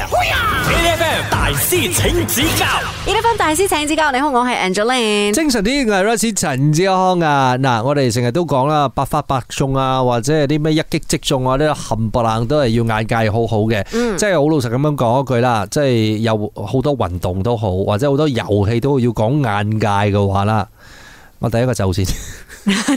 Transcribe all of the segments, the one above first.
F 大師請指教呢一分大師請指教，你好，我係 Angeline。精神啲嘅 Royce 陳志康啊，嗱，我哋成日都講啦，百發百中啊，或者係啲咩一擊即中啊，呢冚唪唥都係要眼界好好嘅，嗯即係好老實咁樣講一句啦，即係有好多運動都好，或者好多遊戲都要講眼界嘅話啦。我第一個走先，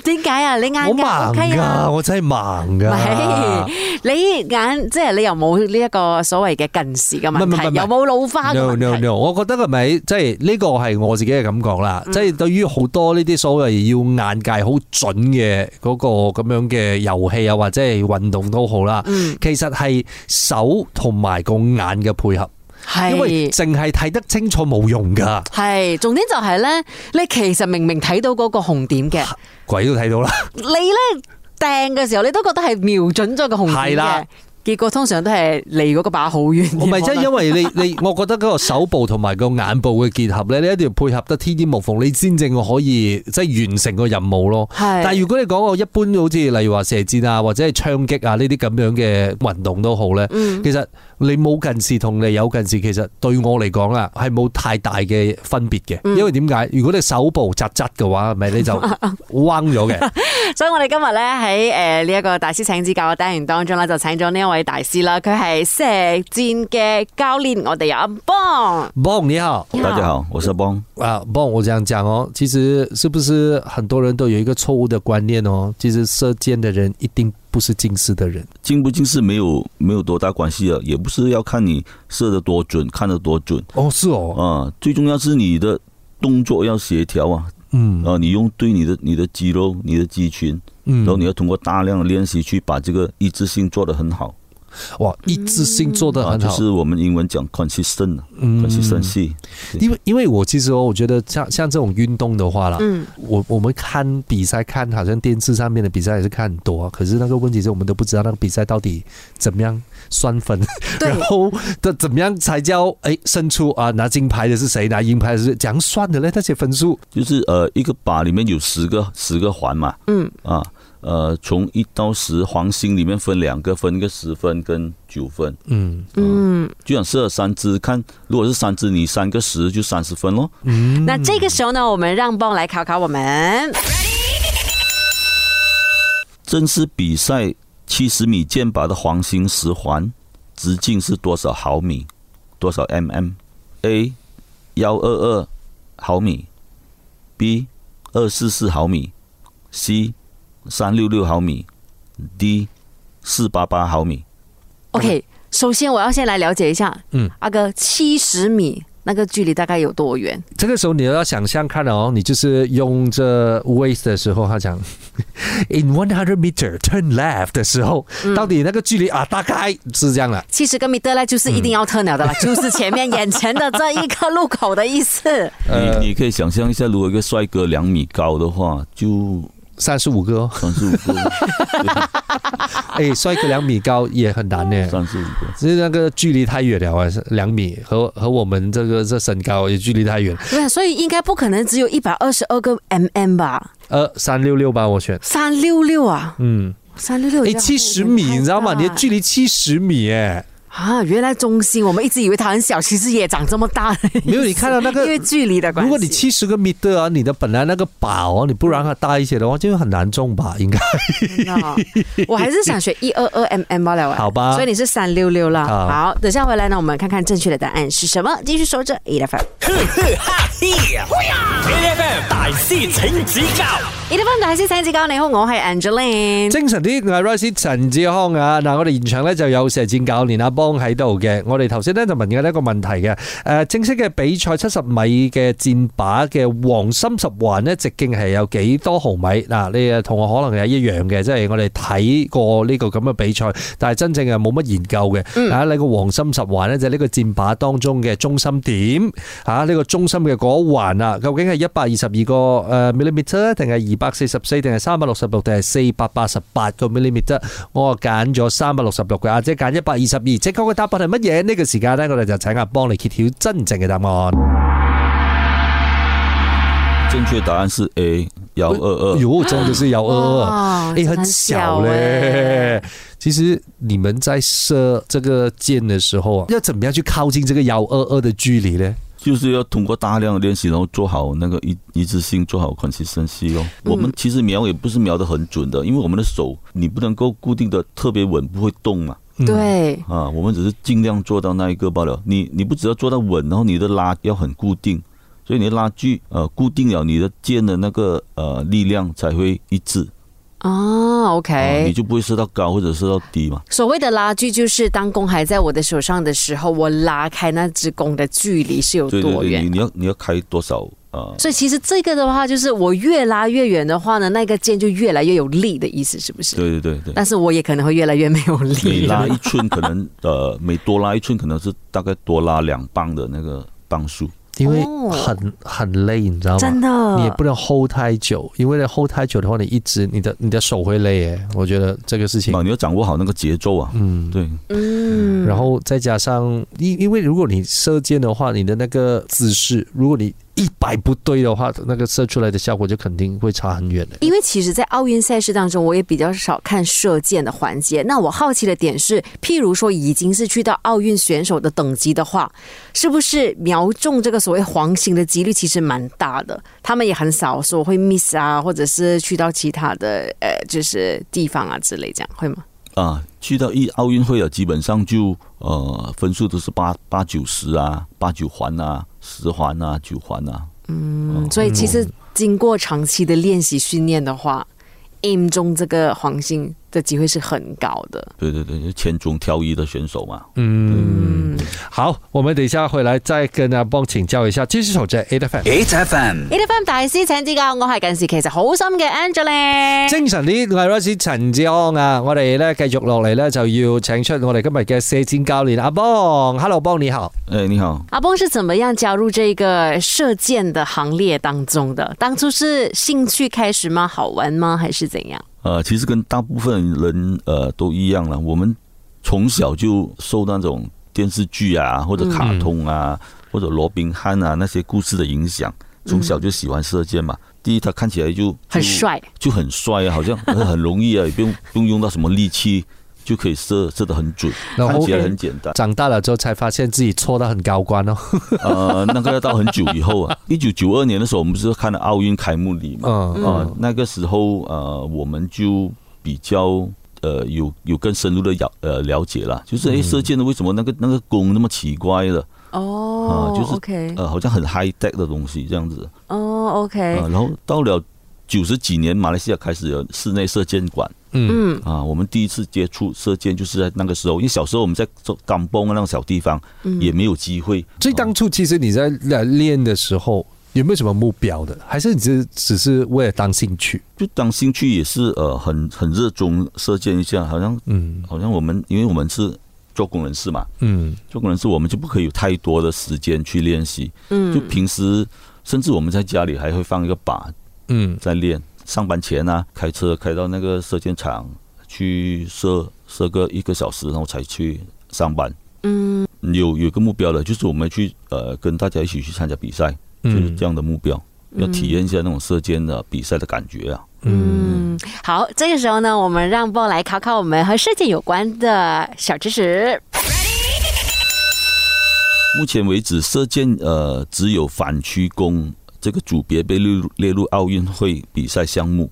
點解啊？你我眼界盲 OK 噶，啊？我真係盲唔噶係。你眼即係你又冇呢一個所謂嘅近視嘅問唔係唔係唔題，又係冇老花嘅 No 問 no 題。 no！我覺得係咪即係呢個係我自己嘅感覺啦，嗯即係對於好多呢啲所謂要眼界好準嘅嗰個咁樣嘅遊戲啊，或者係運動都好啦，嗯，其實係手同埋個眼嘅配合，因為係淨係睇得清楚冇用㗎，係，重點就係咧，你其實明明睇到嗰個紅點嘅，鬼都 睇到啦。你咧掟嘅時候，你都覺得係瞄準咗個紅點係嘅啦，結果通常都係離嗰個靶好遠。我咪即係因為你 你，我覺得嗰個手部同埋個眼部嘅結合咧，你一定要配合得天衣無縫，你先正可以即係完成個任務咯。係但係如果你講我一般好似例如話射箭啊，或者係槍擊啊呢啲咁樣嘅運動都好咧，其實你冇近視同你有近視，其實對我嚟講啦，係冇太大嘅分別嘅。因為點解？如果你手部窒窒嘅話，係咪你就彎咗嘅？所以我哋今日咧喺誒呃呢一個大師請指教嘅單元當中咧，就請咗呢一位大師啦，佢係射箭嘅教練，我哋有阿邦。幫你好。大家好，我是阿邦。啊，不，我这样讲哦，其实是不是很多人都有一个错误的观念哦？其实射箭的人一定不是近视的人。近不近视没有没有多大关系啊，也不是要看你射得多准，看得多准哦，是哦，啊，最重要是你的动作要协调啊，嗯啊，你用对你的你的肌肉、你的肌群，然后嗯，你要通过大量的练习去把这个一致性做得很好哇，一致性做得啊，很就好，是我们英文讲 consistent 啊嗯 consistency，因为因为我其实哦，我觉得像像这种运动的话啦，嗯，我我们看比赛看好像电视上面的比赛也是看很多啊，可是那个问题是我们都不知道那个比赛到底怎么样算分，对然后的怎么样才叫哎胜出啊？拿金牌的是谁？拿银牌的是怎样算的嘞？那些分数，就是呃一个靶里面有十个十个环嘛，嗯啊。呃，从一到十黄星里面分两个，分一个十分跟九分。啊嗯嗯，就想射三支，看如果是三支，你三个十就三十分咯。嗯。那这个时候呢，我们让邦来考考我们。正式比赛七十米箭靶的黄星十环，直径是多少毫米？多少 mm？A 幺二二毫米，B 二四四毫米，C 三六六毫米，D 四八八毫米。 OK，首先我要先来了解一下，嗯，阿哥七十米那个距离大概有多远？这个时候你要想象看哦，你就是用这 waist 的时候，他讲 in one hundred meter turn left 的时候，嗯到底那个距离啊，大概是这样了。七十个米德呢，就是一定要特鸟的了，就是前面眼前的这一个路口的意思。呃你你可以想象一下，如果一个帅哥两米高的话，就三十五个哦，三十五个， 哎，帅哥两米高也很 难呢。三十五个。只是那个距离太远了啊，两米和和我们这个这身高也距离太远。对啊，所以应该不可能只有一百二十二个 mm 吧？呃，三六六吧，我选。三六六啊，嗯，三六六，哎，七十米，你知道吗？你的距离七十米，哎，啊，原来中心我们一直以为它很小，其实也长这么大。没有你看到那个因为距离的关系。如果你七十个 meter 啊，你的本来那个靶哦，你不让它大一些的话，就很难中吧？应该那我还是想学一二二 mm 罢了啊。好吧所以你是三六六啦。好好，等下回来呢，我们看看正确的答案是什么。继续守着 e l e p h a n ，F M 大師請指教 e l e p h a n 大師請指教，你好，我係 Angeline。精神啲，我係 Rice 陳志康啊！嗱，我哋現場咧就有射箭教練阿邦喺度嘅。我哋頭先咧就問緊一個問題嘅，誒、正式嘅比賽七十米嘅箭靶嘅黃心十環呢，直徑係有幾多毫米？嗱、你誒同我可能係一樣嘅，即係我哋睇過呢個咁嘅比賽，但係真正係冇乜研究嘅。啊，你個黃心十環呢，就係呢個箭靶當中嘅中心點。啊！呢、個中心嘅嗰一環啊，究竟係一百二十二個誒 millimeter 定係二百四十四定係三百六十六定係四百八十八個 millimeter？我啊揀咗三百六十六嘅，阿姐揀一百二十二。正確嘅答案係乜嘢？呢、個時間呢，我哋就請阿邦嚟揭曉真正嘅答案。正确答案是 A 幺二二。哟，真的是有二二，哇哦哎，很哦很小小嘞。其实你们在射这个箭的时候啊，要怎么样去靠近这个幺二二的距离呢？就是要通过大量练习，然后做好那个一一致性，做好 consistency 哦。嗯我们其实瞄也不是瞄得很准的，因为我们的手你不能够固定的特别稳，不会动嘛。对，啊，我们只是尽量做到那一个罢了。你你不只要做到稳，然后你的拉要很固定，所以你的拉距呃固定了，你的箭的那个呃力量才会一致，哦啊、你，OK。就不会射到高或者射到低嘛。所谓的拉距，就是当弓还在我的手上的时候，我拉开那只弓的距离是有对对多对，远你你要你要开多少呃？所以其实这个的话，就是我越拉越远的话呢，那个箭就越来越有力的意思，是不是？对对对对。但是我也可能会越来越没有每力拉了。一寸，可能呃，每多拉一寸，可能是大概多拉两磅的那个磅数。因为哦很很累，你知道吗？真你也的不，能 hold 太久，因为 hold 太久的话，你一直你的你的手会累耶。我觉得这个事情啊，，你要掌握好那个节奏啊。嗯，对，嗯然后再加上，因因为如果你射箭的话，你的那个姿势，如果你一摆不对的话，那个射出来的效果就肯定会差很远的。因为其实，在奥运赛事当中，我也比较少看射箭的环节。那我好奇的点是，譬如说，已经是去到奥运选手的等级的话，是不是瞄中这个所谓黄星的几率其实蛮大的？他们也很少说会 miss 啊，或者是去到其他的呃，就是地方啊之类，这样会吗？啊，去到一奥运会了，基本上就呃分数都是八八九十啊，八九环啊，十环啊，九环啊。嗯，所以其实经过长期的练习训练的话，aim 中这个黄星的机会是很高的。对对对，就千中挑一的选手嘛。嗯，好，我们等一下回来再跟阿邦请教一下。继续守着 A F M， ，H F M， A F M 大師請指教，我係近時其實好深嘅 Angela。精神啲，我係 r o s 陳志安啊。我哋咧繼續落嚟咧就要請出我哋今日嘅射箭教練阿邦。Hello，邦你好。哎，你好，阿蹦是怎么样加入这个射箭的行列当中的？当初是兴趣开始吗？好玩吗？还是怎样？呃，其实跟大部分人呃都一样了，我们从小就受那种电视剧啊，或者卡通啊，或者罗宾汉啊那些故事的影响，从小就喜欢射箭嘛。第一，他看起来就很，帅，就就很帅啊，好像呃很容易啊，也不 用不用用到什么力气就可以射，射得很准，然后。看起来很简单长大了之后才发现自己错到很高官哦。呃，那个要到很久以后啊，一九九二年的时候，我们不是看了奥运开幕礼嘛，嗯啊、那个时候呃，我们就比较呃有有更深入的了呃了解了，就是诶，嗯射箭的为什么那个那个弓那么奇怪的，哦啊就是 OK，呃，好像很 high tech 的东西这样子哦啊、 OK，然后到了九十几年，马来西亚开始有室内射箭馆嗯嗯啊、我们第一次接触射箭就是在那个时候，因为小时候我们在做港崩那种小地方嗯也没有机会，所以当初其实你在呃练的时候有没有什么目标的？还是你只只是为了当兴趣？就当兴趣也是呃很很热衷射箭一下，好像嗯好像我们因为我们是做工人士嘛。嗯做工人是我们就不可以有太多的时间去练习，就平时甚至我们在家里还会放一个靶嗯在练，上班前啊，开车开到那个射箭场去射射个一个小时，然后才去上班。嗯，有有一个目标的，就是我们去呃跟大家一起去参加比赛，就是嗯这样的目标，要体验一下那种射箭的比赛的感觉啊。嗯，好，这个时候呢，我们让波来考考我们和射箭有关的小知识。目前为止，射箭呃只有反曲弓这个组别被列入列入奥运会比赛项目。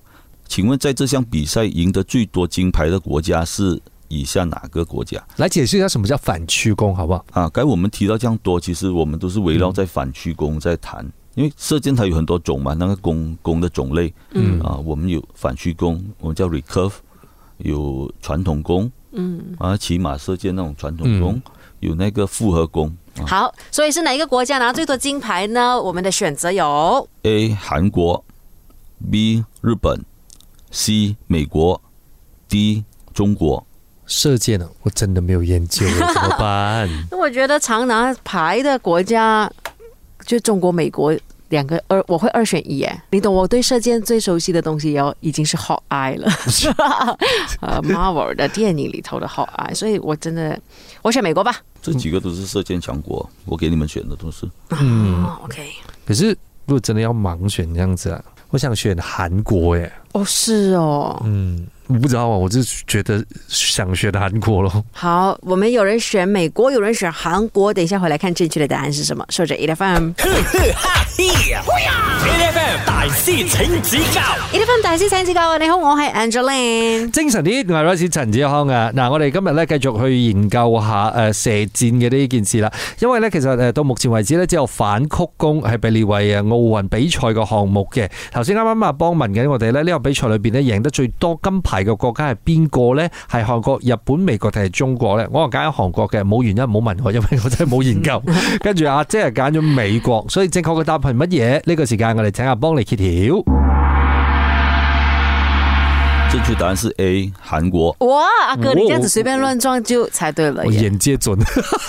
请问，在这项比赛赢得最多金牌的国家是以下哪个国家？来解释一下什么叫反曲弓好不好？啊，该我们提到这样多，其实我们都是围绕在反曲弓在谈，因为射箭它有很多种嘛，那个弓弓的种类，嗯啊，我们有反曲弓，我们叫 recurve，有传统弓，嗯啊，骑马射箭那种传统弓，有那个复合弓好，所以是哪一个国家拿最多金牌呢？我们的选择有 A 韩国，B 日本，C 美国，D 中国。射箭呢、我真的没有研究， 怎么办？我觉得常拿牌的国家就中国、美国两个二，我会二选一耶。你懂我对射箭最熟悉的东西，要已经是 Hot Eye 了，呃，Marvel 的电影里头的 Hot Eye，所以我真的我选美国吧。这几个都是射箭强国，我给你们选的都是。嗯、o k 可是如果真的要盲选这样子啊，我想选韩国耶。哦是哦，嗯，我不知道啊，我就觉得想学的韩国咯。好，我们有人选美国，有人选韩国，等一下回来看正确的答案是什么。守着 E F M。哈嘿呀！A F M 大师请指教一啲分大師請指教啊！你好，我係 Angeline。精神啲，我係 Rice 陳志康啊！嗱，我哋今日咧繼續去研究下誒射箭嘅呢件事啦，因為咧其實誒到目前為止咧，只有反曲弓係被列為誒奧運比賽嘅項目嘅。頭先啱啱阿邦問緊我哋咧，呢個比賽裏邊咧贏得最多金牌嘅國家係邊個咧？係韓國、日本、美國定係中國咧？我係揀咗韓國嘅，冇原因唔好問我，因為我真係冇研究。跟住阿姐係揀咗美國，所以正確嘅答案係乜嘢？呢個時間我哋請阿邦嚟揭曉。正确答案是 A 韓國。哇，阿哥，你這樣子隨便亂撞就猜對了哦我耶！眼界準。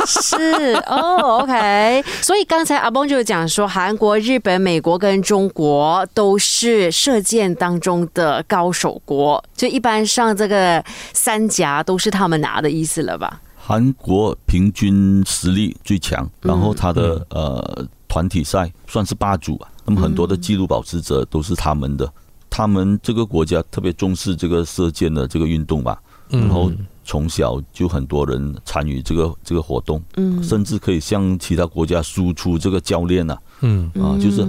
是哦，OK。所以剛才阿邦就有講說，韓國、日本、美國跟中國都是射箭當中的高手國，就一般上這個三甲都是他們拿的意思了吧？韩国平均实力最强，然后他的、呃团体赛算是霸主啊。那么很多的纪录保持者都是他们的，他们这个国家特别重视这个射箭的这个运动吧，嗯然后从小就很多人参与这个这个活动，嗯，甚至可以向其他国家输出这个教练啊，嗯。啊，就是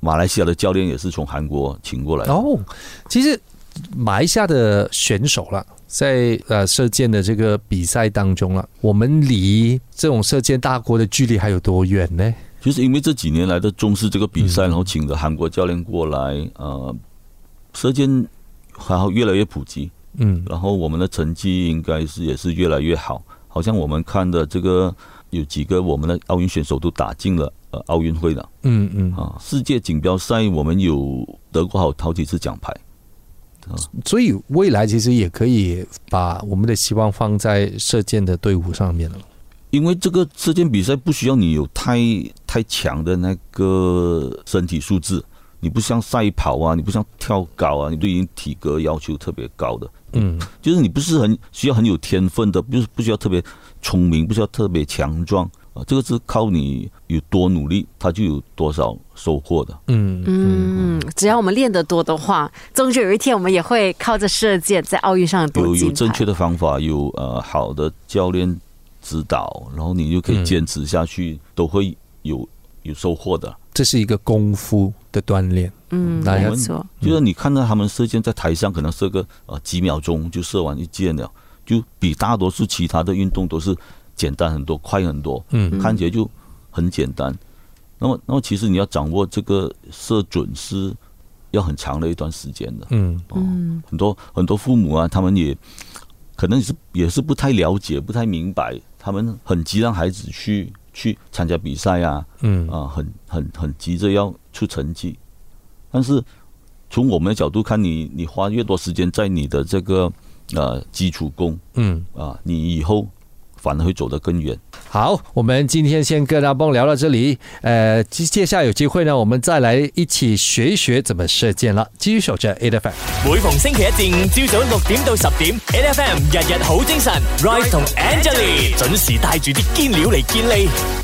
马来西亚的教练也是从韩国请过来的，哦，其实马来西亚的选手啦，在呃射箭的这个比赛当中啦，我们离这种射箭大国的距离还有多远呢？就是因为这几年来的重视这个比赛，然后请了韩国教练过来，呃，射箭还好越来越普及，嗯然后我们的成绩应该是也是越来越好。好像我们看的这个有几个我们的奥运选手都打进了呃奥运会了嗯嗯，啊，世界锦标赛我们有得过好好几次奖牌。所以未来其实也可以把我们的希望放在射箭的队伍上面了。因为这个射箭比赛不需要你有太太强的那个身体素质，你不像赛跑啊，你不像跳高啊，你对你体格要求特别高的，嗯就是你不是很需要很有天分的，不是不需要特别聪明，不需要特别强壮啊，这个是靠你有多努力，他就有多少收获的。嗯嗯，只要我们練得多的话，终究有一天我们也会靠着射箭在奧運上奪有有金正牌。确的方法，有呃好的教练指导，然后你就可以坚持下去，都会有有收获的。这是一个功夫的锻炼。嗯，大家没错。就是你看到他们射箭在台上可能射个呃几秒钟就射完一箭了，就比大多数其他的运动都是简单很多、快很多，嗯看起来就很简单。那么，那么其实你要掌握这个射准是要很长的一段时间的。嗯哦，很多很多父母啊，他们也可能也是也是不太了解、不太明白，他们很急让孩子去去参加比赛啊，嗯啊，很很很急着要出成绩，但是从我们的角度看你，你花越多时间在你的这个呃基础功嗯。啊，你以后反而会走得更远。好，我们今天先跟阿邦聊到这里。呃，接接下来有机会呢，我们再来一起学一学怎么射箭了。继续守着 A F M。每逢星期一至五朝早六點到十點，A F M 日日好精神，Rise 同 Angelie 準時帶住啲堅料嚟健利。